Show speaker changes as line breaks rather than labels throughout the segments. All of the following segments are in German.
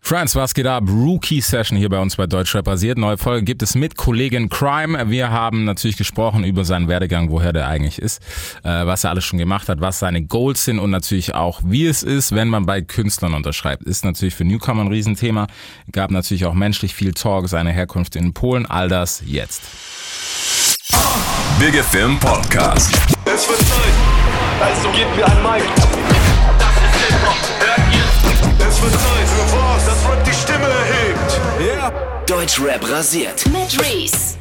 Friends, was geht ab? Rookie Session hier bei uns bei Deutschrap basiert. Neue Folge gibt es mit Kollegin Crime. Wir haben natürlich gesprochen über seinen Werdegang, woher der eigentlich ist, äh, was er alles schon gemacht hat, was seine Goals sind und natürlich auch, wie es ist, wenn man bei Künstlern unterschreibt. Ist natürlich für Newcomer ein Riesenthema. Gab natürlich auch menschlich viel Talk, seine Herkunft in Polen. All das jetzt.
Big Film Podcast.
Es wird Zeit. Also gebt mir ein Mic. Das ist Hip-Hop. Hört ihr? Es wird Zeit für was? Das Rap die Stimme erhebt.
Deutschrap rasiert.
Mit Reese.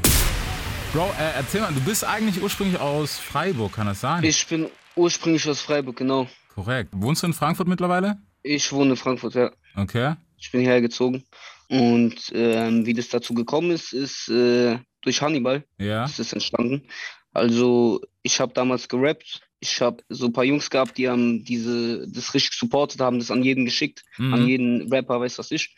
Bro, äh, erzähl mal, du bist eigentlich ursprünglich aus Freiburg, kann das sein?
Ich bin ursprünglich aus Freiburg, genau.
Korrekt. Wohnst du in Frankfurt mittlerweile?
Ich wohne in Frankfurt, ja.
Okay.
Ich bin hierher gezogen. Und ähm, wie das dazu gekommen ist, ist äh, durch Hannibal
Ja.
ist es entstanden. Also ich habe damals gerappt. Ich habe so ein paar Jungs gehabt, die haben diese, das richtig supportet, haben das an jeden geschickt, an
Mhm.
jeden Rapper, weiß was ich.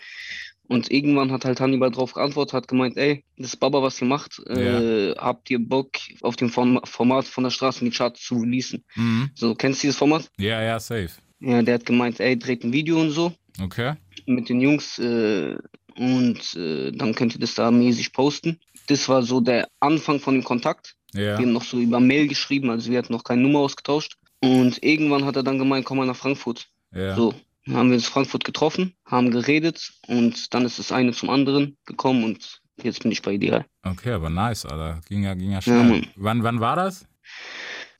Und irgendwann hat halt Hannibal drauf geantwortet, hat gemeint, ey, das ist Baba, was ihr macht, äh, habt ihr Bock, auf dem Form Format von der Straße in die Charts zu releasen?
Mhm.
So, kennst du dieses Format?
Ja, ja, safe.
Ja, der hat gemeint, ey, dreht ein Video und so
Okay.
mit den Jungs äh, und äh, dann könnt ihr das da mäßig posten. Das war so der Anfang von dem Kontakt.
Ja.
Wir haben noch so über Mail geschrieben, also wir hatten noch keine Nummer ausgetauscht. Und irgendwann hat er dann gemeint, komm mal nach Frankfurt.
Ja.
So, dann haben wir uns in Frankfurt getroffen, haben geredet und dann ist das eine zum anderen gekommen und jetzt bin ich bei Ideal.
Okay, aber nice, Alter. Ging ja, ging ja schnell.
Mann.
wann, wann war das?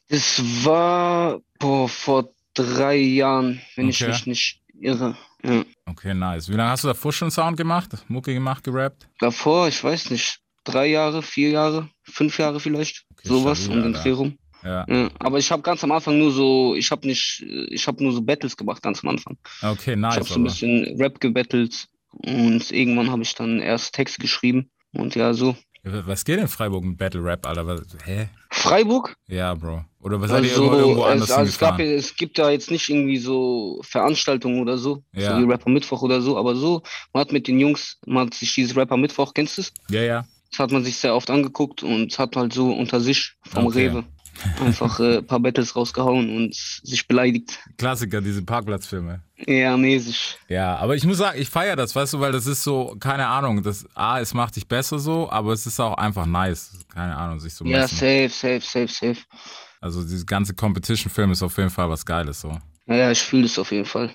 Das war boah, vor drei Jahren, wenn ich
Okay.
mich nicht irre. Ja.
Okay, nice. Wie lange hast du davor schon Sound gemacht? Mucke gemacht, gerappt?
Davor, ich weiß nicht, drei Jahre, vier Jahre, fünf Jahre vielleicht,
Okay,
sowas
stabil,
um den
Alter.
Dreh rum.
Ja.
Ja, aber ich habe ganz am Anfang nur so, ich habe nicht, ich habe nur so Battles gemacht ganz am Anfang.
Okay,
ich habe
nice,
so ein
aber.
bisschen Rap gebettelt und irgendwann habe ich dann erst Texte geschrieben und ja so.
Ja, Was geht in Freiburg mit Battle Rap, Alter? Was, hä?
Freiburg?
Ja, Bro. Oder was seid ihr irgendwo, irgendwo
Also,
anders
es, also es, gab, ja-
hingefahren?
es gibt da jetzt nicht irgendwie so Veranstaltungen oder so,
Ja.
so wie Rapper Mittwoch oder so, aber so, man hat mit den Jungs, man hat sich dieses Rapper Mittwoch, kennst du es?
Ja, ja.
Das hat man sich sehr oft angeguckt und hat halt so unter sich vom
Okay.
Rewe einfach äh, ein paar Battles rausgehauen und sich beleidigt.
Klassiker, diese Parkplatzfilme.
Ja, mäßig.
Ja, aber ich muss sagen, ich feiere das, weißt du, weil das ist so, keine Ahnung, das A, es macht dich besser so, aber es ist auch einfach nice, keine Ahnung, sich so
Ja,
messen.
safe, safe, safe, safe.
Also dieses ganze Competition-Film ist auf jeden Fall was Geiles so.
Ja, ja, ich fühle das auf jeden Fall.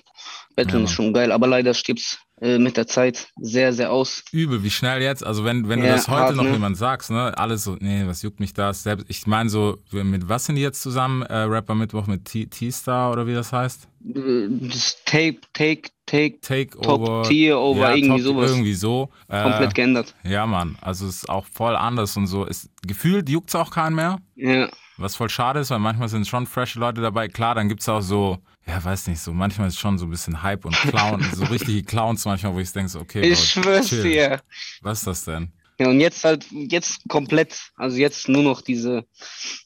Battlen
Ja,
ist
Mann.
schon geil, aber leider stirbt's äh, mit der Zeit sehr, sehr aus.
übel, wie schnell jetzt. Also wenn, wenn du
Ja,
das heute
hart,
noch
ne?
jemand sagst, ne, alles so, nee, was juckt mich das? Selbst, ich meine so, mit was sind die jetzt zusammen? Äh, Rapper Mittwoch mit T- T-Star oder wie das heißt?
Äh, Das Tape, Take, Take,
Takeover.
Top Tier Over,
ja,
irgendwie
Top-
sowas.
Irgendwie so. Äh,
komplett geändert.
ja, Mann. Also es ist auch voll anders und so. Ist, gefühlt juckt's auch keinen mehr.
Ja,
Was voll schade ist, weil manchmal sind schon frische Leute dabei. Klar, dann gibt's auch so, ja, weiß nicht, so manchmal ist schon so ein bisschen Hype und Clown, so richtige Clowns manchmal, wo ich denke, so, okay,
ich
Bro,
schwör's
chill.
dir.
Was ist das denn?
Ja, und jetzt halt, jetzt komplett, also jetzt nur noch diese,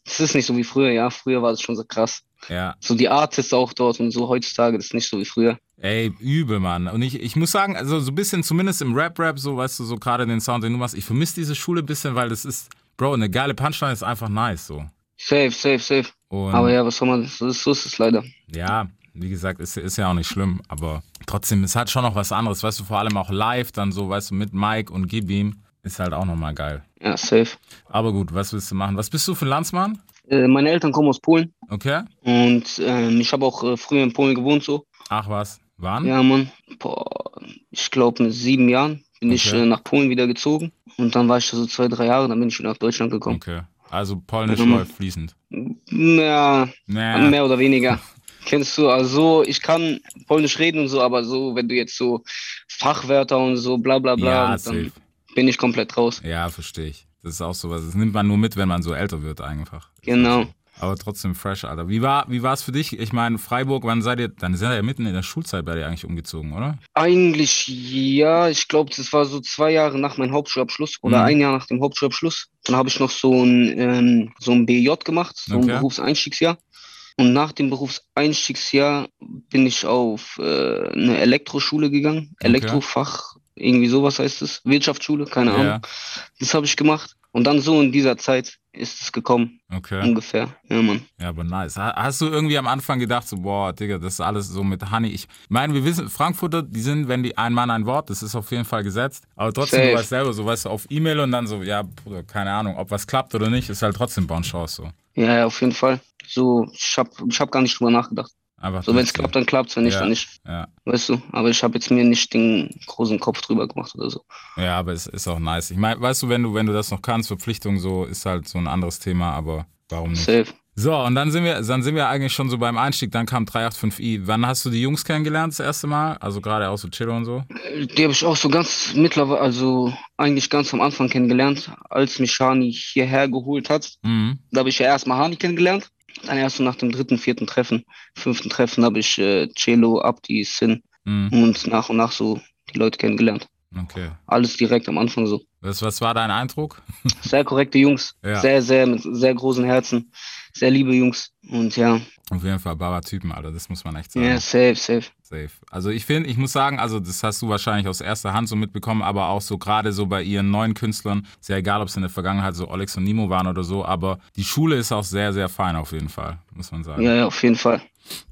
es ist nicht so wie früher, ja, früher war es schon so krass.
Ja.
So die Artists auch dort und so heutzutage, das ist nicht so wie früher.
Ey, übel, Mann. Und ich, ich muss sagen, also so ein bisschen, zumindest im Rap-Rap, so, weißt du, so gerade den Sound, den du machst, ich vermisse diese Schule ein bisschen, weil das ist, Bro, eine geile Punchline ist einfach nice, so.
Safe, safe, safe.
Und
Aber ja, was soll man, so ist, so ist es leider.
ja, wie gesagt, ist, ist ja auch nicht schlimm, aber trotzdem, es hat schon noch was anderes, weißt du, vor allem auch live dann so, weißt du, mit Mike und gib ihm, ist halt auch nochmal geil.
Ja, safe.
Aber gut, was willst du machen? Was bist du für ein Landsmann?
Äh, meine Eltern kommen aus Polen
Okay?
und ähm, ich habe auch äh, früher in Polen gewohnt, so.
Ach was, wann?
Ja, Mann. Boah, ich glaube, mit sieben Jahren bin ich
Okay.
äh, nach Polen wieder gezogen und dann war ich da so zwei, drei Jahre, dann bin ich wieder nach Deutschland gekommen.
Okay. Also polnisch
Mhm.
läuft fließend.
Ja,
Nee.
mehr oder weniger. Kennst du, also ich kann Polnisch reden und so, aber so, wenn du jetzt so Fachwörter und so bla bla bla,
Ja,
dann
safe.
bin ich komplett raus.
Ja, verstehe ich. Das ist auch sowas. Das nimmt man nur mit, wenn man so älter wird, einfach.
Genau.
Aber trotzdem fresh, Alter. Wie war wie war's für dich? Ich meine, Freiburg, wann seid ihr? Dann seid ihr mitten in der Schulzeit bei dir eigentlich umgezogen, oder?
Eigentlich ja, ich glaube, das war so zwei Jahre nach meinem Hauptschulabschluss oder
Mhm.
ein Jahr nach dem Hauptschulabschluss. Dann habe ich noch so ein, ähm, so ein BJ gemacht, so ein
Okay.
Berufseinstiegsjahr. Und nach dem Berufseinstiegsjahr bin ich auf äh, eine Elektroschule gegangen,
Okay.
Elektrofach, irgendwie sowas heißt es, Wirtschaftsschule, keine Ahnung.
Ja.
Das habe ich gemacht. Und dann so in dieser Zeit ist es gekommen.
Okay.
Ungefähr. Ja, Mann.
Ja, aber nice. Ha- Hast du irgendwie am Anfang gedacht, so, boah, Digga, das ist alles so mit Honey? Ich meine, wir wissen, Frankfurter, die sind, wenn die ein Mann ein Wort, das ist auf jeden Fall gesetzt. Aber trotzdem,
Safe.
du weißt selber, so, weißt du, auf E-Mail und dann so, ja, Bruder, keine Ahnung, ob was klappt oder nicht, ist halt trotzdem Bounce aus, so.
Ja, ja, auf jeden Fall. So, ich hab, ich hab gar nicht drüber nachgedacht.
Einfach
So, wenn es
trotzdem.
klappt, dann klappt es, wenn nicht,
Ja.
dann nicht.
Ja.
Weißt du? Aber ich habe jetzt mir nicht den großen Kopf drüber gemacht oder so.
ja, aber es ist auch nice. Ich meine, weißt du, wenn du, wenn du das noch kannst, Verpflichtung so, ist halt so ein anderes Thema, aber warum nicht?
Safe.
So, und dann sind wir, dann sind wir eigentlich schon so beim Einstieg, dann kam 385i. Wann hast du die Jungs kennengelernt das erste Mal? Also gerade auch so Chillo und so?
Die habe ich auch so ganz mittlerweile, also eigentlich ganz am Anfang kennengelernt, als mich Hani hierher geholt hat.
Mhm.
Da habe ich ja erstmal Hani kennengelernt. Dann erst so nach dem dritten, vierten Treffen, fünften Treffen habe ich äh, Celo, Abdi, Sin
Mhm.
und nach und nach so die Leute kennengelernt.
Okay.
Alles direkt am Anfang so.
Was, was war dein Eindruck?
Sehr korrekte Jungs.
Ja.
Sehr, sehr, mit sehr großen Herzen. Sehr liebe Jungs. Und ja,
Auf jeden Fall barer Typen, Alter, das muss man echt
ja,
sagen.
safe, safe.
Safe. Also ich finde, ich muss sagen, also das hast du wahrscheinlich aus erster Hand so mitbekommen, aber auch so gerade so bei ihren neuen Künstlern, ist ja egal, ob es in der Vergangenheit so Olex und Nimo waren oder so, aber die Schule ist auch sehr, sehr fein auf jeden Fall, muss man sagen.
Ja, ja, auf jeden Fall.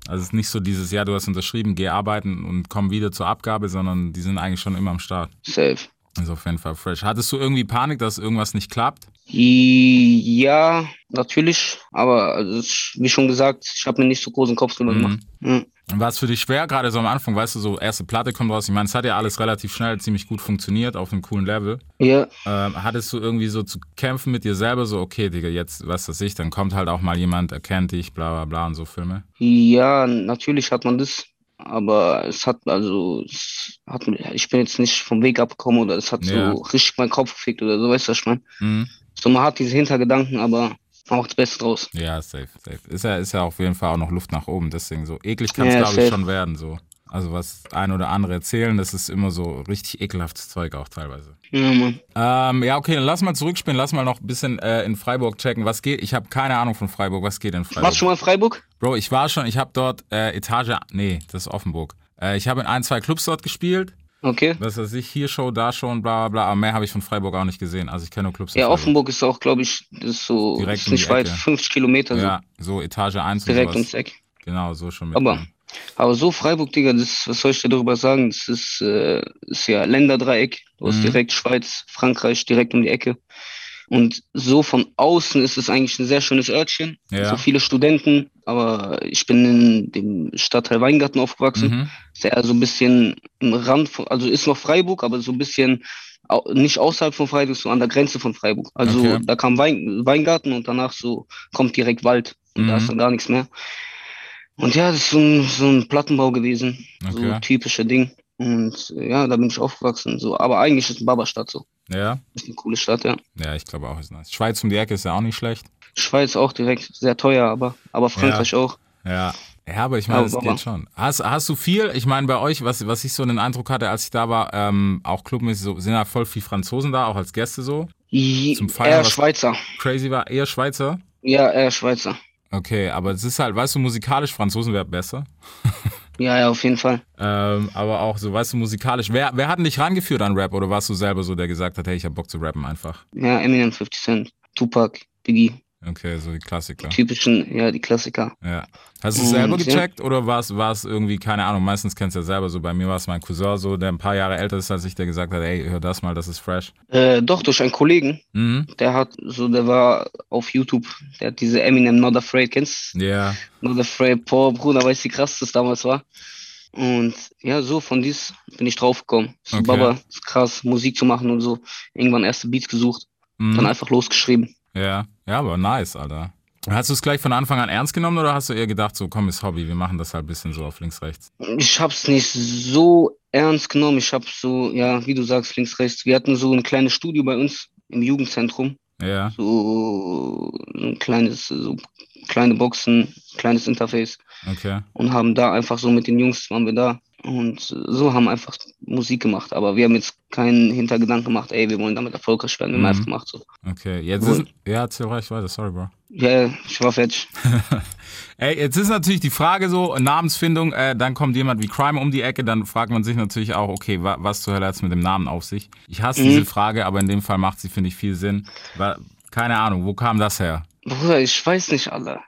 Also es ist nicht so dieses, ja, du hast unterschrieben, geh arbeiten und komm wieder zur Abgabe, sondern die sind eigentlich schon immer am Start.
Safe.
Ist auf jeden Fall fresh. Hattest du irgendwie Panik, dass irgendwas nicht klappt?
I- Ja, natürlich, aber also, ich- wie schon gesagt, ich habe mir nicht so großen Kopf drüber
Mhm.
gemacht. Hm. Ja,
War es für dich schwer, gerade so am Anfang, weißt du, so erste Platte kommt raus. Ich meine, es hat ja alles relativ schnell ziemlich gut funktioniert auf einem coolen Level.
ja,
Ähm, hattest du irgendwie so zu kämpfen mit dir selber, so, okay, Digga, jetzt, was weiß ich, dann kommt halt auch mal jemand, erkennt dich, bla bla bla und so Filme?
ja, natürlich hat man das, aber es hat, also, es hat, ich bin jetzt nicht vom Weg abgekommen oder es hat
Ja.
so richtig meinen Kopf gefickt oder so, weißt du, was ich meine?
Mhm.
So, man hat diese Hintergedanken, aber man macht das Beste draus.
Ja, safe, safe. Ist ja, ist ja auf jeden Fall auch noch Luft nach oben, deswegen so eklig kann es,
Ja,
glaube ich,
safe.
schon werden, so. Also was ein oder andere erzählen, das ist immer so richtig ekelhaftes Zeug auch teilweise.
Ja, Mann.
Ähm, ja, okay, dann lass mal zurückspielen, lass mal noch ein bisschen äh, in Freiburg checken. Was geht? Ich habe keine Ahnung von Freiburg, was geht in Freiburg?
Warst du schon mal in Freiburg?
Bro, ich war schon, ich habe dort äh, Etage, nee, das ist Offenburg. Äh, ich habe in ein, zwei Clubs dort gespielt.
Okay.
Was weiß ich, hier Show, da Show und bla bla bla. Aber mehr habe ich von Freiburg auch nicht gesehen. Also ich kenne nur Clubs. in
Ja,
Freiburg.
Offenburg ist auch, glaube ich, das ist so,
Direkt
ist
um
nicht
die
weit,
Ecke.
50 Kilometer, so,
Ja, so Etage 1
also direkt
und
ums
sowas.
Eck.
Genau, so schon mit.
Aber, aber so Freiburg, Digga, das, was soll ich dir darüber sagen? Das ist, äh, ist ja Länderdreieck. Du hast
Mhm.
direkt Schweiz, Frankreich, direkt um die Ecke. Und so von außen ist es eigentlich ein sehr schönes Örtchen.
Ja.
So viele Studenten, aber ich bin in dem Stadtteil Weingarten aufgewachsen.
Mhm.
Ist ja so ein bisschen im Rand von, also ist noch Freiburg, aber so ein bisschen au- nicht außerhalb von Freiburg, so an der Grenze von Freiburg. Also
Okay.
da kam Wein, Weingarten und danach so kommt direkt Wald und da
Mhm.
ist dann gar nichts mehr. Und ja, das ist so ein, so ein Plattenbau gewesen, so
Okay.
typische Ding. Und äh, ja, da bin ich aufgewachsen, so. Aber eigentlich ist Baba-Stadt so.
Ja.
Ist eine coole Stadt, ja.
Ja, ich glaube auch ist nice. Schweiz um die Ecke ist ja auch nicht schlecht.
Schweiz auch direkt, sehr teuer, aber, aber Frankreich auch.
Ja. Ja, aber ich meine,
Aber
es
Sommer.
geht schon. Hast, hast du viel? Ich meine, bei euch, was, was ich so den Eindruck hatte, als ich da war, ähm, auch clubmäßig, so, sind ja voll viel Franzosen da, auch als Gäste so.
Je-
Zum Feiern
Eher
was-
Schweizer.
Crazy war eher Schweizer.
Ja, eher Schweizer.
Okay, aber es ist halt, weißt du, musikalisch Franzosen wäre besser.
Ja, ja, auf jeden Fall.
Ähm, aber auch so, weißt du, musikalisch. Wer, wer hat denn dich rangeführt an Rap oder warst du selber so, der gesagt hat, hey, ich hab Bock zu rappen einfach?
Ja, Eminem, 50 Cent, Tupac, Biggie,
Okay, so die Klassiker.
typischen, ja, die Klassiker.
Ja. Hast du
Mhm,
es selber
okay.
gecheckt oder war es war es irgendwie, keine Ahnung, meistens kennst du ja selber so, bei mir war es mein Cousin so, der ein paar Jahre älter ist als ich, der gesagt hat, ey, hör das mal, das ist fresh.
Äh, doch, durch einen Kollegen,
Mhm.
der hat so, der war auf YouTube, der hat diese Eminem Not Afraid, kennst du?
Ja.
Not Afraid, boah, Bruder, weißt du, wie krass das damals war? Und ja, so von dies bin ich draufgekommen. So,
Okay.
Baba, ist krass, Musik zu machen und so. Irgendwann erste Beats gesucht, dann
Mhm.
einfach losgeschrieben.
Ja. Ja, aber nice, Alter. Hast du es gleich von Anfang an ernst genommen oder hast du eher gedacht, so komm, ist Hobby, wir machen das halt ein bisschen so auf links, rechts?
Ich hab's nicht so ernst genommen. Ich hab so, ja, wie du sagst, links, rechts. Wir hatten so ein kleines Studio bei uns im Jugendzentrum.
Ja.
so ein kleines, so kleine Boxen, kleines Interface
Okay.
und haben da einfach so mit den Jungs waren wir da und so haben einfach Musik gemacht. Aber wir haben jetzt keinen Hintergedanken gemacht, ey, wir wollen damit erfolgreich werden, wir haben
Mhm.
einfach gemacht. So.
Okay. Jetzt
Gut.
ist, ja, erzähl ruhig weiter. Sorry, Bro.
Ja, ja, ich war fertig.
Ey, jetzt ist natürlich die Frage so, Namensfindung, äh, dann kommt jemand wie Crime um die Ecke, dann fragt man sich natürlich auch, okay, wa was zur Hölle hat's mit dem Namen auf sich? Ich hasse diese Frage, aber in dem Fall macht sie, finde ich, viel Sinn. Weil, keine Ahnung, wo kam das her?
Bruder, ich weiß nicht, Alter.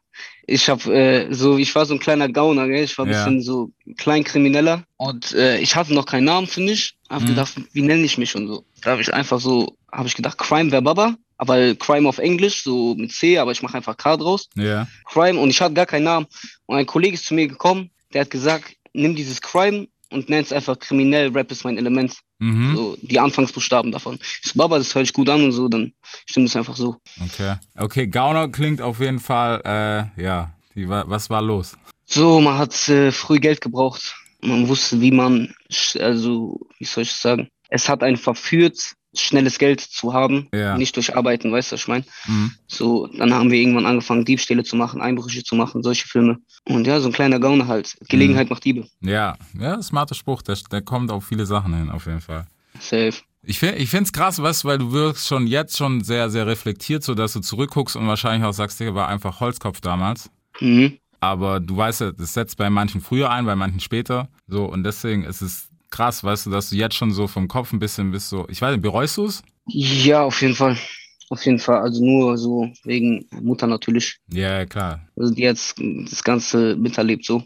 Ich hab, äh, so, ich war so ein kleiner Gauner, gell? Ich war ein
Ja.
bisschen so Kleinkrimineller und äh, ich hatte noch keinen Namen, finde ich. Hab
Mhm.
gedacht, wie nenne ich mich und so. Da habe ich einfach so, habe ich gedacht, Crime wäre Baba, aber Crime auf Englisch, so mit C, aber ich mache einfach K draus.
Ja.
Crime und ich hatte gar keinen Namen. Und ein Kollege ist zu mir gekommen, der hat gesagt, nimm dieses Crime und nenn es einfach kriminell, Rap ist mein Element.
Mhm.
So, die Anfangsbuchstaben davon. Ich so, Baba, das hört sich gut an und so, dann stimmt es einfach so.
Okay. Okay, Gauner klingt auf jeden Fall, äh, ja. Die, wa was war los?
So, man hat äh, früh Geld gebraucht. Man wusste, wie man, sch- also, wie soll ich das sagen? Es hat einen verführt, schnelles Geld zu haben,
Ja.
nicht durch Arbeiten, weißt du, was ich meine?
Mhm.
So, dann haben wir irgendwann angefangen, Diebstähle zu machen, Einbrüche zu machen, solche Filme. Und ja, so ein kleiner Gauner halt. Gelegenheit macht Diebe.
Ja, ja, smarter Spruch, der, der kommt auf viele Sachen hin, auf jeden Fall.
Safe.
Ich finde ich find's krass, weißt, du, weil du wirkst schon jetzt schon sehr, sehr reflektiert, so dass du zurückguckst und wahrscheinlich auch sagst, Digga, war einfach Holzkopf damals.
Mhm.
Aber du weißt ja, das setzt bei manchen früher ein, bei manchen später. So, und deswegen ist es krass, weißt du, dass du jetzt schon so vom Kopf ein bisschen bist so. Ich weiß nicht, bereust du es?
Ja, auf jeden Fall. Auf jeden Fall. Also nur so wegen Mutter natürlich.
Ja, ja, klar.
Also die jetzt das Ganze miterlebt so.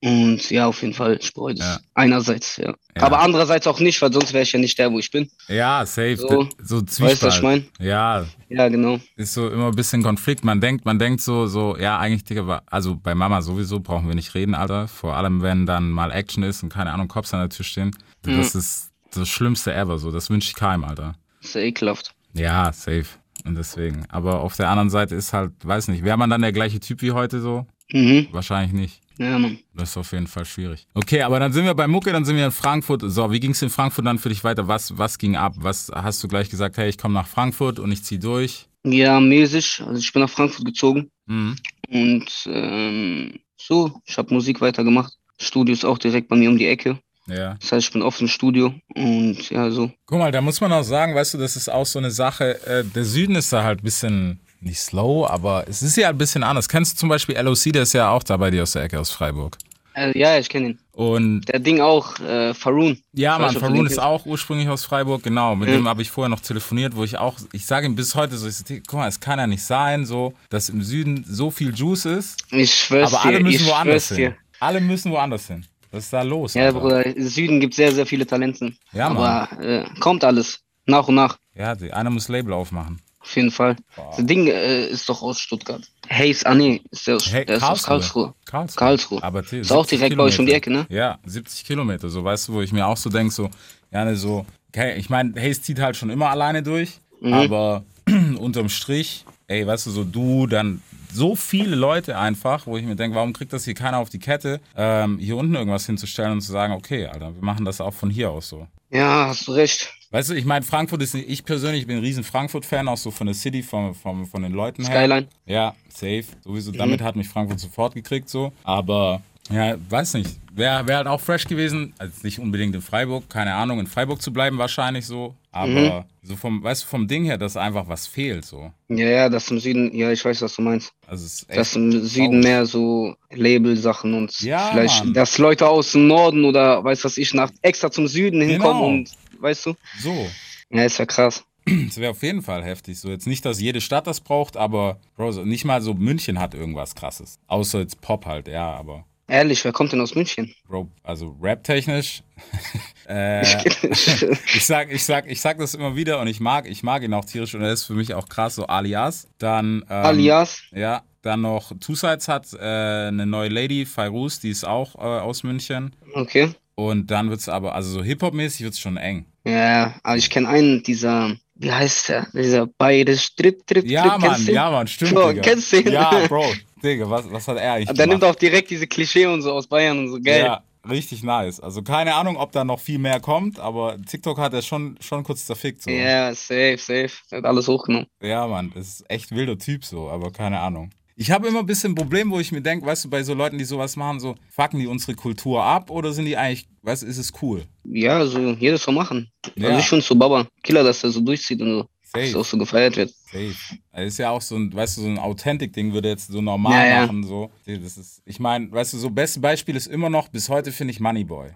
Und ja, auf jeden Fall, ich bereue das.
Ja.
Einerseits, ja.
Ja.
Aber andererseits auch nicht, weil sonst wäre ich ja nicht der, wo ich bin.
Ja, safe.
So,
d- so Zwiespalt.
Weißt du, was ich meine?
Ja,
Ja, genau.
ist so immer ein bisschen Konflikt. Man denkt, man denkt so, so, ja, eigentlich, Digga, wa- also bei Mama sowieso brauchen wir nicht reden, Alter. Vor allem, wenn dann mal Action ist und keine Ahnung, Cops an der Tür stehen.
Mhm.
Das ist das Schlimmste ever, so. Das wünsche ich keinem, Alter.
Ist ja ekelhaft.
Ja, safe. Und deswegen. Aber auf der anderen Seite ist halt, weiß nicht, wäre man dann der gleiche Typ wie heute so?
Mhm.
Wahrscheinlich nicht.
Ja, Mann.
Das ist auf jeden Fall schwierig. Okay, aber dann sind wir bei Mucke, dann sind wir in Frankfurt. So, wie ging es in Frankfurt dann für dich weiter? Was, was ging ab? Was hast du gleich gesagt, hey, ich komme nach Frankfurt und ich zieh durch?
Ja, mäßig. Also ich bin nach Frankfurt gezogen
Mhm.
und ähm, so, ich habe Musik weitergemacht. Studio ist auch direkt bei mir um die Ecke.
Ja.
Das heißt, ich bin oft im Studio und ja, so.
Guck mal, da muss man auch sagen, weißt du, das ist auch so eine Sache. Äh, der Süden ist da halt ein bisschen nicht slow, aber es ist ja ein bisschen anders. Kennst du zum Beispiel LOC, der ist ja auch da bei dir aus der Ecke aus Freiburg.
Äh, ja, ja, ich kenne ihn.
Und
Der Ding auch, äh, Faroon.
Ja,
Ich weiß
Mann,
nicht, ob du
Faroon
den
ist
kennst.
auch ursprünglich aus Freiburg, genau. Mit
Mhm.
dem habe ich vorher noch telefoniert, wo ich auch, ich sage ihm bis heute so, ich, sag, guck mal, es kann ja nicht sein, so, dass im Süden so viel Juice ist,
Ich schwör's
aber alle
dir,
müssen
ich
woanders
schwör's
hin.
dir.
Alle müssen woanders hin. Was ist da los?
Ja,
Alter?
Bruder, im Süden gibt sehr, sehr viele Talente.
Ja, Mann.
Aber äh, kommt alles. Nach und nach.
Ja, die- einer muss Label aufmachen.
Auf jeden Fall. Das Ding äh, ist doch aus Stuttgart. Hayes, ah nee, ist der aus,
Hey,
der ist aus Karlsruhe.
Karlsruhe.
Karlsruhe.
Aber t-
Ist auch
70
direkt bei euch um die
Kilometer.
Ecke,
Ja, 70 Kilometer. So, weißt du, wo ich mir auch so denke, so, gerne so, okay, ich meine, Hayes zieht halt schon immer alleine durch,
Mhm.
aber unterm Strich, ey, weißt du, so du, dann so viele Leute einfach, wo ich mir denke, warum kriegt das hier keiner auf die Kette, ähm, hier unten irgendwas hinzustellen und zu sagen, okay, Alter, wir machen das auch von hier aus so.
ne? Ja, hast du recht.
Weißt du, ich meine, Frankfurt ist, ich persönlich bin ein riesen Frankfurt-Fan, auch so von der City, von, von, von den Leuten her.
Skyline. Mhm.
Ja, safe. Sowieso, damit hat mich Frankfurt sofort gekriegt, so. Aber, ja, weiß nicht. Wäre wär halt auch fresh gewesen. Also nicht unbedingt in Freiburg, keine Ahnung, in Freiburg zu bleiben wahrscheinlich so.
Mhm.
Aber so vom, weißt du, vom Ding her, dass einfach was fehlt, so.
Ja, ja, das im Süden, ja, ich weiß, was du meinst.
Also es ist echt
Das im Süden
traurig.
mehr so Labelsachen und
Ja,
vielleicht,
Mann.
dass Leute aus dem Norden oder weiß was ich, nach extra zum Süden hinkommen
Genau.
und weißt du?
So.
Ja, ist ja krass.
Das wäre auf jeden Fall heftig. So jetzt nicht, dass jede Stadt das braucht, aber Bro, so nicht mal so München hat irgendwas krasses. Außer jetzt Pop halt, ja, aber.
Ehrlich, wer kommt denn aus München?
Bro, also rap-technisch. äh, ich sag, ich sag, ich sag das immer wieder und ich mag, ich mag ihn auch tierisch und er ist für mich auch krass, so Alias. Dann, ähm,
Alias?
Ja, dann noch Two Sides hat äh, eine neue Lady, Fairuz, die ist auch äh, aus München.
Okay.
Und dann wird's aber, also so Hip-Hop-mäßig wird's schon eng.
Ja, aber ich kenne einen, dieser, wie heißt der? Dieser bayerisch Trip, Trip,
Ja,
Trip,
Mann,
kennst du den?
ja, Mann, stimmt.
Bro,
Digga.
kennst du ihn?
Ja, Bro, Digga, was, was hat er eigentlich
Der nimmt
gemacht?
auch direkt diese Klischee und so aus Bayern und so, geil.
Ja, richtig nice. Also keine Ahnung, ob da noch viel mehr kommt, aber TikTok hat er schon, schon kurz zerfickt. So.
Ja, safe, safe. Er hat alles hochgenommen.
Ja, Mann, das ist echt wilder Typ so, aber keine Ahnung. Ich habe immer ein bisschen ein Problem, wo ich mir denke, weißt du, bei so Leuten, die sowas machen, so, fucken die unsere Kultur ab oder sind die eigentlich, was ist es cool?
Ja, so jeder soll machen.
Ja.
Also ich finde so Baba, Killer, dass der so durchzieht und so. Dass
Safe.
auch so gefeiert wird.
Safe. Also ist ja auch so ein, weißt du, so ein Authentic-Ding würde jetzt so normal
Ja, ja.
machen. So. Das ist, ich meine, weißt du, so beste Beispiel ist immer noch, bis heute finde ich Moneyboy.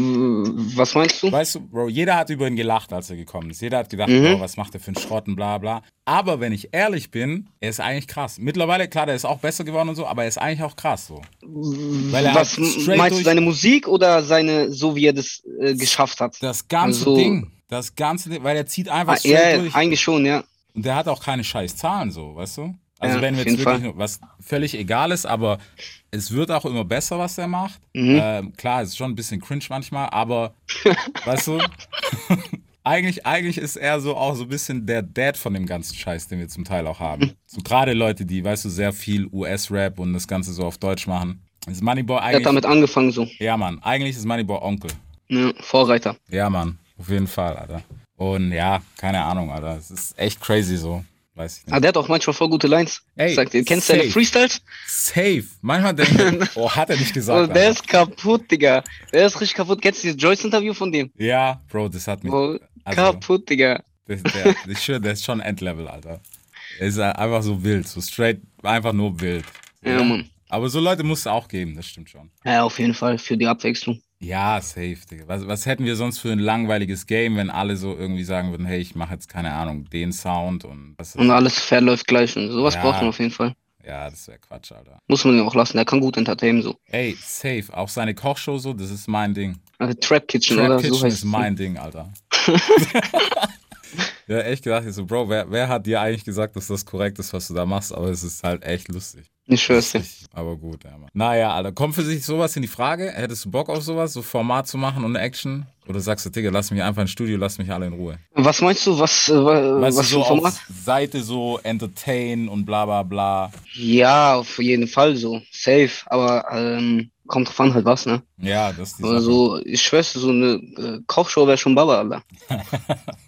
W- Was meinst du?
Weißt du, Bro, jeder hat über ihn gelacht, als er gekommen ist. Jeder hat gedacht,
Mhm.
Bro, was macht er für einen Schrott und bla bla. Aber wenn ich ehrlich bin, er ist eigentlich krass. Mittlerweile, klar, der ist auch besser geworden und so, aber er ist eigentlich auch krass so. Weil er
Was
halt straight
meinst du,
durch-
seine Musik oder seine, so wie er das äh, geschafft hat?
Das ganze
Also-
Ding, das ganze Ding, weil er zieht einfach
Ah,
straight
ja, ja,
durch.
eigentlich schon, ja.
Und der hat auch keine scheiß Zahlen so, weißt du? Also
Ja,
wenn wir
auf
jetzt
jeden
wirklich
Fall.
nur, was völlig egal ist, aber es wird auch immer besser, was er macht.
Mhm.
Ähm, klar, es ist schon ein bisschen cringe manchmal, aber weißt du, eigentlich, eigentlich ist er so auch so ein bisschen der Dad von dem ganzen Scheiß, den wir zum Teil auch
Mhm.
haben. So gerade Leute, die, weißt du, sehr viel US-Rap und das Ganze so auf Deutsch machen. Ist Moneyboy
Er hat
eigentlich.
damit angefangen so.
Ja, Mann, eigentlich ist Moneyboy Onkel.
Ja, Vorreiter.
Ja, Mann, auf jeden Fall, Alter. Und ja, keine Ahnung, Alter. Es ist echt crazy so. Weiß ich nicht.
Ah, der hat auch manchmal voll gute Lines.
Ey,
Sagt, ihr, kennst du deine
safe.
Freestyles?
Safe. Manchmal denke ich, oh, hat er nicht
Oh,
gesagt.
der
Alter.
ist kaputt, Digga. Der ist richtig kaputt. Kennst du dieses Joyce-Interview von dem?
Ja, Bro, das hat mich.
Oh,
Also,
kaputt, Digga.
das, der, ich schwör, der ist schon Endlevel, Alter. Er ist einfach so wild, so straight, einfach nur wild.
Ja, Mann.
Aber so Leute muss es auch geben, das stimmt schon.
Ja, auf jeden Fall für die Abwechslung.
Ja, safe, Digga. Was, was hätten wir sonst für ein langweiliges Game, wenn alle so irgendwie sagen würden, hey, ich mache jetzt, keine Ahnung, den Sound und was ist.
Und alles verläuft gleich und sowas
Ja.
braucht man auf jeden Fall.
Ja, das wäre Quatsch, Alter.
Muss man ihn auch lassen. Der kann gut entertainen so.
Ey, safe. Auch seine Kochshow so, das ist mein Ding.
Also, Trap Kitchen
Trap
oder
Kitchen
so heißt
ist
es.
mein Ding, Alter. ja, echt gedacht, ich so, Bro, wer, wer hat dir eigentlich gesagt, dass das korrekt ist, was du da machst? Aber es ist halt echt lustig.
Ich schwör's dir.
Lustig, Aber gut, ja, Mann. Naja, Alter, kommt für sich sowas in die Frage? Hättest du Bock auf sowas, so Format zu machen und eine Action? Oder sagst du, Digga, lass mich einfach ins Studio, lass mich alle in Ruhe?
Was meinst du, was, äh, wa-
Weißt
was
du, so
für ein Format?
auf Seite so entertain und bla bla bla.
Ja, auf jeden Fall so. Safe. Aber ähm, kommt drauf an halt was, ne?
Ja, das ist die
Aber
Sache.
so, ich schwör's dir, so eine äh, Kochshow wäre schon Baba, Alter.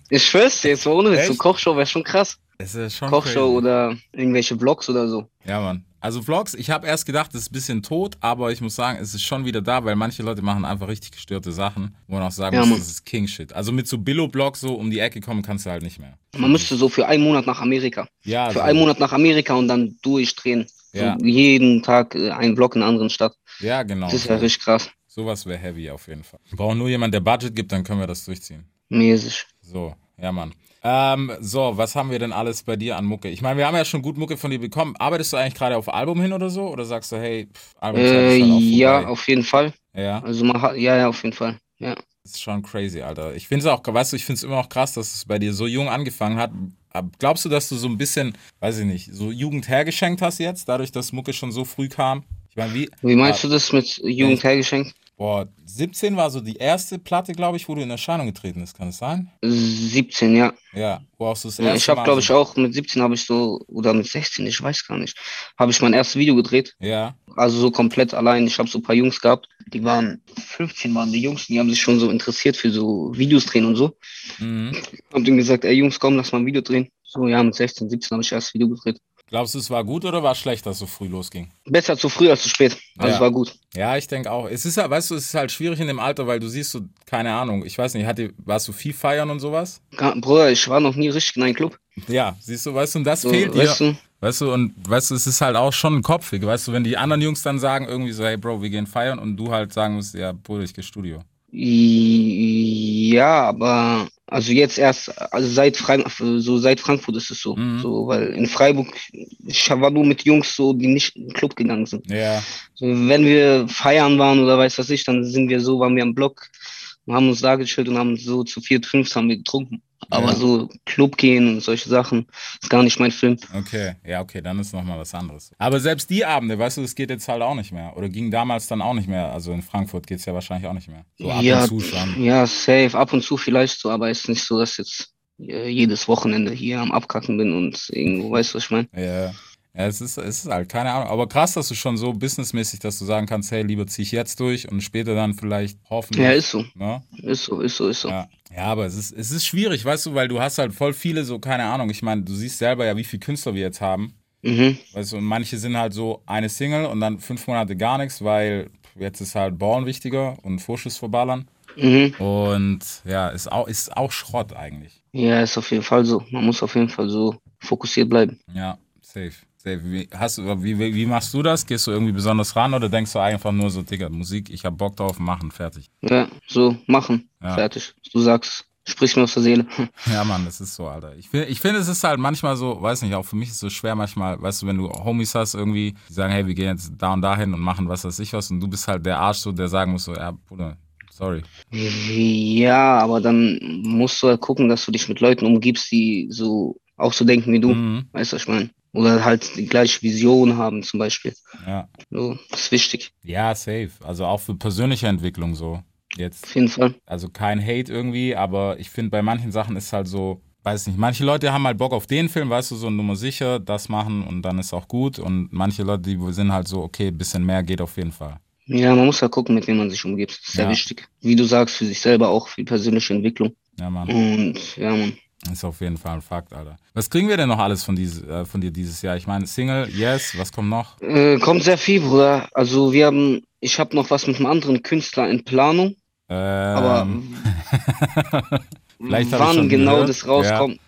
ich schwör's dir, jetzt mal ohne Witz, so
Echt?
Kochshow wäre schon krass.
Es ist schon
Kochshow
crazy.
oder irgendwelche Vlogs oder so.
Ja, Mann. Also Vlogs, ich habe erst gedacht, es ist ein bisschen tot, aber ich muss sagen, es ist schon wieder da, weil manche Leute machen einfach richtig gestörte Sachen, wo man auch sagen
Ja,
muss,
Mann.
das ist King-Shit. Also mit so Billo-Blogs so um die Ecke kommen kannst du halt nicht mehr.
Man müsste so für einen Monat nach Amerika.
Ja,
Für
so.
einen Monat nach Amerika und dann durchdrehen.
Also- Ja.
So jeden Tag äh, einen Vlog in einer anderen Stadt.
ja genau.
Das ist ja richtig krass.
Sowas wäre heavy auf jeden Fall. Wir brauchen nur jemand, der Budget gibt, dann können wir das durchziehen.
Mäßig.
So, ja, Mann. Ähm, so, was haben wir denn alles bei dir an Mucke? Ich meine, wir haben ja schon gut Mucke von dir bekommen. Arbeitest du eigentlich gerade auf Album hin oder so? Oder sagst du, hey, pff, Album
Äh,
ist halt auch vorbei?
ja, auf jeden Fall.
ja.
Also man hat, ja, ja, auf jeden Fall. Ja.
Das ist schon crazy, Alter. Ich finde es auch, weißt du, ich finde es immer noch krass, dass es bei dir so jung angefangen hat. Ab- Glaubst du, dass du so ein bisschen, weiß ich nicht, so Jugend hergeschenkt hast jetzt, dadurch, dass Mucke schon so früh kam? Ich meine, wie? Ah,
Wie meinst du das mit Jugend hergeschenkt?
Boah, 17 war so die erste Platte, glaube ich, wo du in Erscheinung getreten bist, kann es sein?
17, ja.
Ja, wo hast du das
ja
erste
ich habe,
Mal
glaube ich,
so-
auch mit 17 habe ich so, oder mit 16, ich weiß gar nicht, habe ich mein erstes Video gedreht.
Ja,
Also so komplett allein. Ich habe so ein paar Jungs gehabt, die waren 15 waren die Jungs, die haben sich schon so interessiert für so Videos drehen und so.
mhm.
Hab denen gesagt, ey Jungs, komm, lass mal ein Video drehen. So, ja, mit 16, 17 habe ich erst Video gedreht.
Glaubst du, es war gut oder war es schlecht, dass so früh losging?
Besser zu früh als zu spät. Also
Ja.
es war gut.
Ja, ich denke auch. Es ist halt, weißt du, es ist halt schwierig in dem Alter, weil du siehst so, keine Ahnung, ich weiß nicht, hat die, warst du viel feiern und sowas?
Ga- Bruder, ich war noch nie richtig in einem Club.
Ja, siehst du, weißt du, und das
So,
fehlt dir.
weißt du?
Weißt du, und weißt du, es ist halt auch schon kopfig, weißt du, wenn die anderen Jungs dann sagen irgendwie so, hey Bro, wir gehen feiern und du halt sagen musst, ja, Bruder, ich geh Studio.
Ja, aber also jetzt erst, also seit Frank so seit Frankfurt ist es so.
Mhm.
So, weil in Freiburg, ich war nur mit Jungs so, die nicht in den Club gegangen sind.
Ja,
So, wenn wir feiern waren oder weiß was ich, dann sind wir so, waren wir am Block und haben uns da gechillt und haben so zu vier, fünf haben wir getrunken. Aber
Ja.
so Club gehen und solche Sachen ist gar nicht mein Film.
okay, ja, okay, dann ist nochmal was anderes. Aber selbst die Abende, weißt du, das geht jetzt halt auch nicht mehr. Oder ging damals dann auch nicht mehr. Also in Frankfurt geht's ja wahrscheinlich auch nicht mehr. So ab
Ja,
und zu schon.
ja, safe, ab und zu vielleicht so, aber ist nicht so, dass jetzt äh, jedes Wochenende hier am Abkacken bin und irgendwo, weißt du, was ich meine?
Ja. ja es, ist, es ist halt, keine Ahnung. Aber krass, dass du schon so businessmäßig, dass du sagen kannst, hey, lieber zieh ich jetzt durch und später dann vielleicht hoffentlich.
Ja, ist so,
ne?
ist so, ist so, ist so.
Ja, ja aber es ist, es ist schwierig, weißt du, weil du hast halt voll viele so, keine Ahnung, ich meine, du siehst selber ja, wie viele Künstler wir jetzt haben.
Mhm.
Weißt du, und manche sind halt so eine Single und dann fünf Monate gar nichts, weil jetzt ist halt Ballen wichtiger und Vorschuss vor Ballern.
Mhm.
Und ja, ist auch, ist auch Schrott eigentlich.
Ja, ist auf jeden Fall so. Man muss auf jeden Fall so fokussiert bleiben.
Ja, safe. safe. Wie, hast, du- wie, wie, wie machst du das? Gehst du irgendwie besonders ran oder denkst du einfach nur so, Digga, Musik, ich hab Bock drauf, machen, fertig.
Ja, so machen.
Ja.
Fertig. Du sagst, sprich mir aus der Seele.
Ja, Mann, das ist so, Alter. Ich, fi- ich finde, es ist halt manchmal so, weiß nicht, auch für mich ist es so schwer manchmal, weißt du, wenn du Homies hast irgendwie, die sagen, hey, wir gehen jetzt da und dahin und machen was weiß ich was und du bist halt der Arsch so, der sagen muss so, ja, Bruder, sorry.
Ja, aber dann musst du halt gucken, dass du dich mit Leuten umgibst, die so auch so denken wie du.
Mhm.
Weißt du, was ich meine? Oder halt die gleiche Vision haben, zum Beispiel.
Ja.
So, das ist wichtig,
ja, safe. Also auch für persönliche Entwicklung so. Jetzt
auf jeden Fall.
Also kein Hate irgendwie, aber ich finde, bei manchen Sachen ist halt so, weiß nicht, manche Leute haben halt Bock auf den Film, weißt du, so Nummer sicher, das machen und dann ist auch gut. Und manche Leute, die sind halt so, okay, bisschen mehr geht auf jeden Fall.
Ja, man muss ja gucken, mit wem man sich umgibt. Das ist sehr
Ja.
wichtig. Wie du sagst, für sich selber auch, für die persönliche Entwicklung.
Ja, Mann,
Und ja, Mann.
ist auf jeden Fall ein Fakt, Alter. Was kriegen wir denn noch alles von, dies, äh, von dir dieses Jahr? Ich meine, Single, yes, was kommt noch?
Äh, kommt sehr viel, Bruder. Also wir haben, ich habe noch was mit einem anderen Künstler in Planung,
Ähm,
aber
vielleicht hab ich
wann
schon
genau
gehört.
das rauskommt,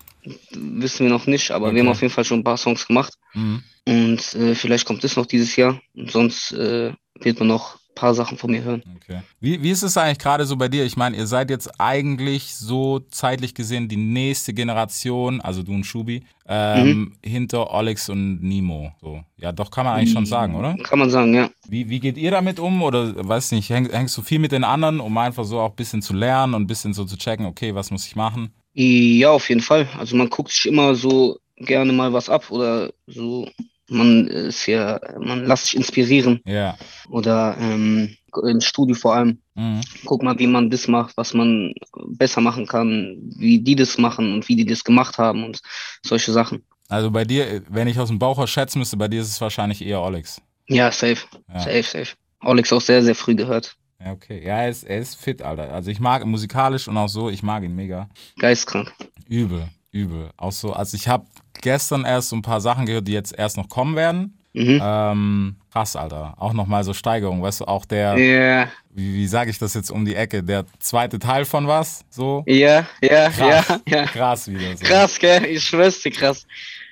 wissen wir noch nicht, aber
Okay.
wir haben auf jeden Fall schon ein paar Songs gemacht.
Mhm.
Und äh, vielleicht kommt das noch dieses Jahr. Und sonst äh, wird man noch ein paar Sachen von mir hören.
Okay. Wie, wie ist es eigentlich gerade so bei dir? Ich meine, ihr seid jetzt eigentlich so zeitlich gesehen die nächste Generation, also du und Schubi,
Mhm.
ähm, hinter Olex und Nimo. So. Ja, doch kann man eigentlich schon sagen, oder?
Kann man sagen, ja.
Wie, wie geht ihr damit um? Oder weiß nicht, häng, hängst du viel mit den anderen, um einfach so auch ein bisschen zu lernen und ein bisschen so zu checken, okay, was muss ich machen?
Ja, auf jeden Fall. Also man guckt sich immer so gerne mal was ab oder so. Man ist ja, man lässt sich inspirieren
Ja.
oder ähm, im Studio vor allem.
Mhm.
Guck mal, wie man das macht, was man besser machen kann, wie die das machen und wie die das gemacht haben und solche Sachen.
Also bei dir, wenn ich aus dem Bauch heraus schätzen müsste, bei dir ist es wahrscheinlich eher Olex.
Ja, safe,
Ja.
safe, safe. Alex auch sehr, sehr früh gehört.
Ja, okay. Ja, er ist, er ist fit, Alter. Also ich mag ihn musikalisch und auch so, ich mag ihn mega.
Geistkrank.
Übel, übel. Auch so, also ich habe gestern erst so ein paar Sachen gehört, die jetzt erst noch kommen werden.
Mhm.
Ähm, krass, Alter. Auch nochmal so Steigerung, weißt du, auch der,
Ja,
wie, wie sage ich das jetzt um die Ecke, der zweite Teil von was, so.
ja, ja,
Krass,
ja, ja.
krass wieder so.
Krass, gell? Ich schwör's dir, krass.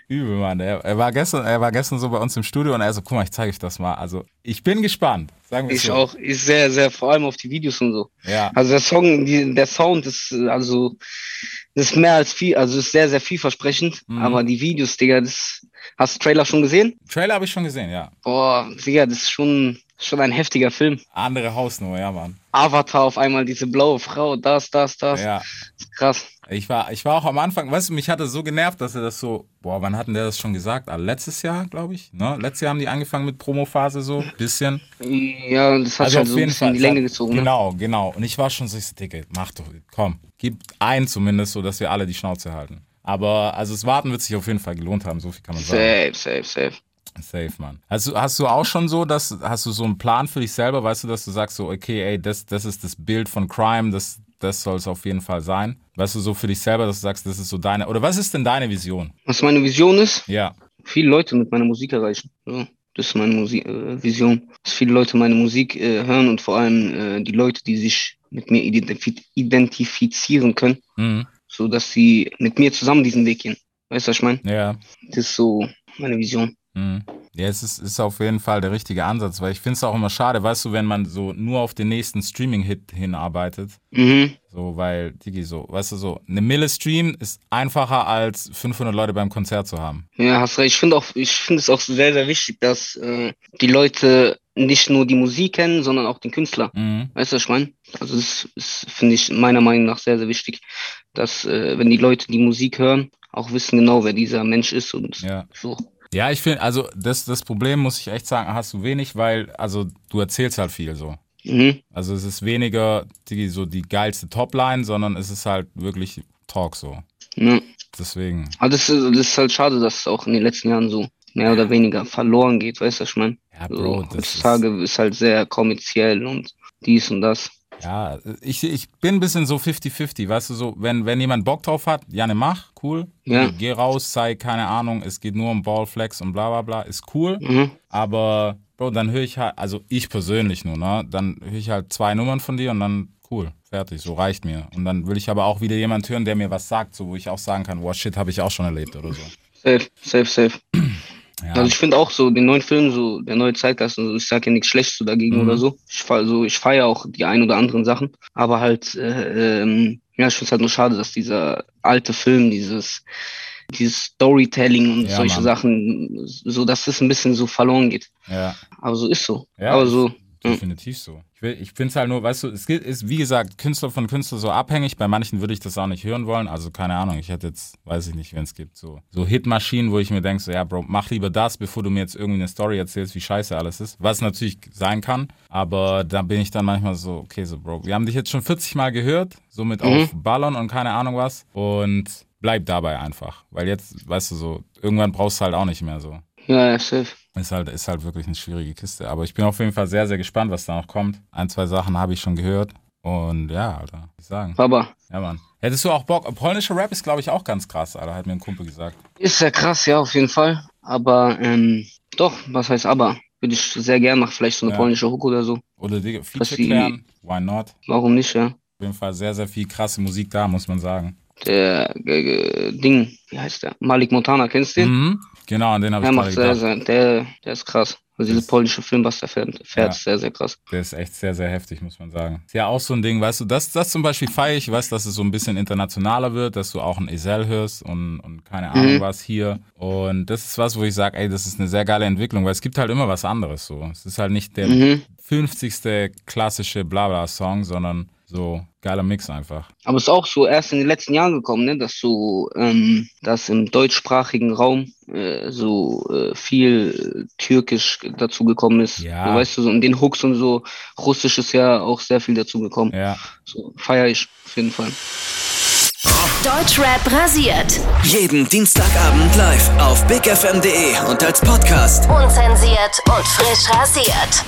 Übel, Mann. Er, er, war gestern, er war gestern so bei uns im Studio und er so, guck mal, ich zeige euch das mal. Also, ich bin gespannt. Sagen wir
Ich
so.
auch. Ich sehr, sehr, vor allem auf die Videos und so.
Ja,
Also der Song, die, der Sound ist äh, also das ist mehr als viel, also ist sehr, sehr vielversprechend.
Mhm.
Aber die Videos, Digga, das hast du Trailer schon gesehen?
Trailer habe ich schon gesehen, ja.
Boah, Digga, das ist schon, schon ein heftiger Film.
Andere Hausnummer, ja, Mann.
Avatar auf einmal, diese blaue Frau, das, das, das.
Ja.
Das ist krass.
Ich war, ich war auch am Anfang, weißt du, mich hat das so genervt, dass er das so, boah, wann hatten der das schon gesagt? Ah, letztes Jahr, glaube ich. Ne? Letztes Jahr haben die angefangen mit Promophase so, bisschen.
Ja, das hat
Also
halt
auf
so ein
jeden
bisschen
Fall.
die Länge gezogen. Ne?
Genau, genau. Und ich war schon so, ich so, Dicke, mach doch, komm, gib ein zumindest, so dass wir alle die Schnauze halten. Aber also das Warten wird sich auf jeden Fall gelohnt haben, so viel kann man sagen.
Safe, safe, safe.
Safe, Mann. Hast du, hast du auch schon so, dass, hast du so einen Plan für dich selber, weißt du, dass du sagst so, okay, ey, das, das ist das Bild von Crime, das, das soll es auf jeden Fall sein. Weißt du, so für dich selber, dass du sagst, das ist so deine, oder was ist denn deine Vision?
Was meine Vision ist,
Ja,
viele Leute mit meiner Musik erreichen. So, das ist meine Musi äh, Vision, dass viele Leute meine Musik äh, hören und vor allem äh, die Leute, die sich mit mir identif identifizieren können,
mhm.
so dass sie mit mir zusammen diesen Weg gehen. Weißt du, was ich meine?
ja.
Das ist so meine Vision.
Mhm. Ja, es ist, ist auf jeden Fall der richtige Ansatz, weil ich finde es auch immer schade, weißt du, wenn man so nur auf den nächsten Streaming-Hit hinarbeitet.
Mhm.
So, weil, Digi, so, weißt du, so, eine Mille Stream ist einfacher als 500 Leute beim Konzert zu haben.
Ja, hast recht. Ich finde auch, ich finde es auch sehr, sehr wichtig, dass äh, die Leute nicht nur die Musik kennen, sondern auch den Künstler.
Mhm.
Weißt du, was ich meine? Also das ist, finde ich, meiner Meinung nach sehr, sehr wichtig, dass äh, wenn die Leute die Musik hören, auch wissen genau, wer dieser Mensch ist und
Ja.
so.
Ja, ich finde, also das, das Problem, muss ich echt sagen, hast du wenig, weil, also du erzählst halt viel so.
Mhm.
Also es ist weniger die, so die geilste Topline, sondern es ist halt wirklich Talk so.
Ja.
Deswegen.
Aber das ist, das ist halt schade, dass es auch in den letzten Jahren so mehr oder weniger verloren geht, weißt du, was Oh, ich meine?
Ja,
So,
Bro, das ist,
heutzutage ist halt sehr kommerziell und dies und das.
Ja, ich, ich bin ein bisschen so 50-50, weißt du, so, wenn, wenn jemand Bock drauf hat, Janne, mach, cool.
Ja.
Geh raus, sei, keine Ahnung, es geht nur um Ballflex und bla bla bla, ist
Mhm.
cool. Aber, Bro, dann höre ich halt, also ich persönlich nur, ne, dann höre ich halt zwei Nummern von dir und dann cool, fertig, so reicht mir. Und dann will ich aber auch wieder jemand hören, der mir was sagt, so, wo ich auch sagen kann, wow, shit, habe ich auch schon erlebt oder so.
Safe, safe, safe.
Ja.
Also ich finde auch so den neuen Film, so der neue Zeitgeist, und so, ich sage ja nichts Schlechtes so dagegen
Mhm.
oder so. Ich feiere so, ich feier auch die ein oder anderen Sachen. Aber halt, äh, ähm, ja, ich finde es halt nur schade, dass dieser alte Film, dieses, dieses Storytelling und
Ja,
solche
Mann.
Sachen, so dass das ein bisschen so verloren geht.
ja.
Aber so ist so.
Ja,
Aber so,
Definitiv so. Ich, will- ich finde es halt nur, weißt du, es geht- ist wie gesagt Künstler von Künstler so abhängig. Bei manchen würde ich das auch nicht hören wollen. Also keine Ahnung, ich hätte jetzt, weiß ich nicht, wenn es gibt, so, so Hitmaschinen, wo ich mir denke, so, ja, Bro, mach lieber das, bevor du mir jetzt irgendwie eine Story erzählst, wie scheiße alles ist. Was natürlich sein kann, aber da bin ich dann manchmal so, okay, so, Bro, wir haben dich jetzt schon 40 Mal gehört, so mit auf Ballern und keine Ahnung was. Und bleib dabei einfach. Weil jetzt, weißt du, so, irgendwann brauchst du halt auch nicht mehr so.
ja, ja, safe.
Ist halt, ist halt wirklich eine schwierige Kiste. Aber ich bin auf jeden Fall sehr, sehr gespannt, was da noch kommt. Ein, zwei Sachen habe ich schon gehört. Und ja, Alter, muss ich sagen.
Baba.
Ja, Mann. Hättest du auch Bock? Polnischer Rap ist, glaube ich, auch ganz krass, Alter, hat mir ein Kumpel gesagt.
Ist ja krass, ja, auf jeden Fall. Aber ähm, doch, was heißt aber? Würde ich sehr gerne machen, vielleicht so eine
Ja.
polnische Hook oder so.
Oder Digga, Feature
Was die-
klären. Why not?
Warum nicht, ja?
Auf jeden Fall sehr, sehr viel krasse Musik da, muss man sagen.
Der äh, äh, Ding, wie heißt der? Malik Montana, kennst du den?
Mhm. Genau, an den habe
Er
ich gerade
macht sehr,
gedacht.
sehr, der, der ist krass. Also dieses
Das-
polnische Film, was der fährt, fährt ist sehr, sehr krass.
Der ist echt sehr, sehr heftig, muss man sagen. Ist ja auch so ein Ding, weißt du, das, das zum Beispiel feiere ich, weißt du, dass es so ein bisschen internationaler wird, dass du auch ein Isel hörst und, und keine Ahnung was hier. Und das ist was, wo ich sage, ey, das ist eine sehr geile Entwicklung, weil es gibt halt immer was anderes so. Es ist halt nicht der
Mhm.
50. klassische Blabla-Song, sondern so geiler Mix einfach.
Aber es ist auch so erst in den letzten Jahren gekommen, ne, dass so, ähm, dass im deutschsprachigen Raum äh, so äh, viel äh, Türkisch dazu gekommen ist.
Ja.
So, weißt du, so in den Hooks und so, Russisch ist ja auch sehr viel dazu gekommen.
Ja.
So, feier ich auf jeden Fall.
Deutschrap rasiert.
Jeden Dienstagabend live auf bigfm.de und als Podcast.
Unzensiert und frisch rasiert.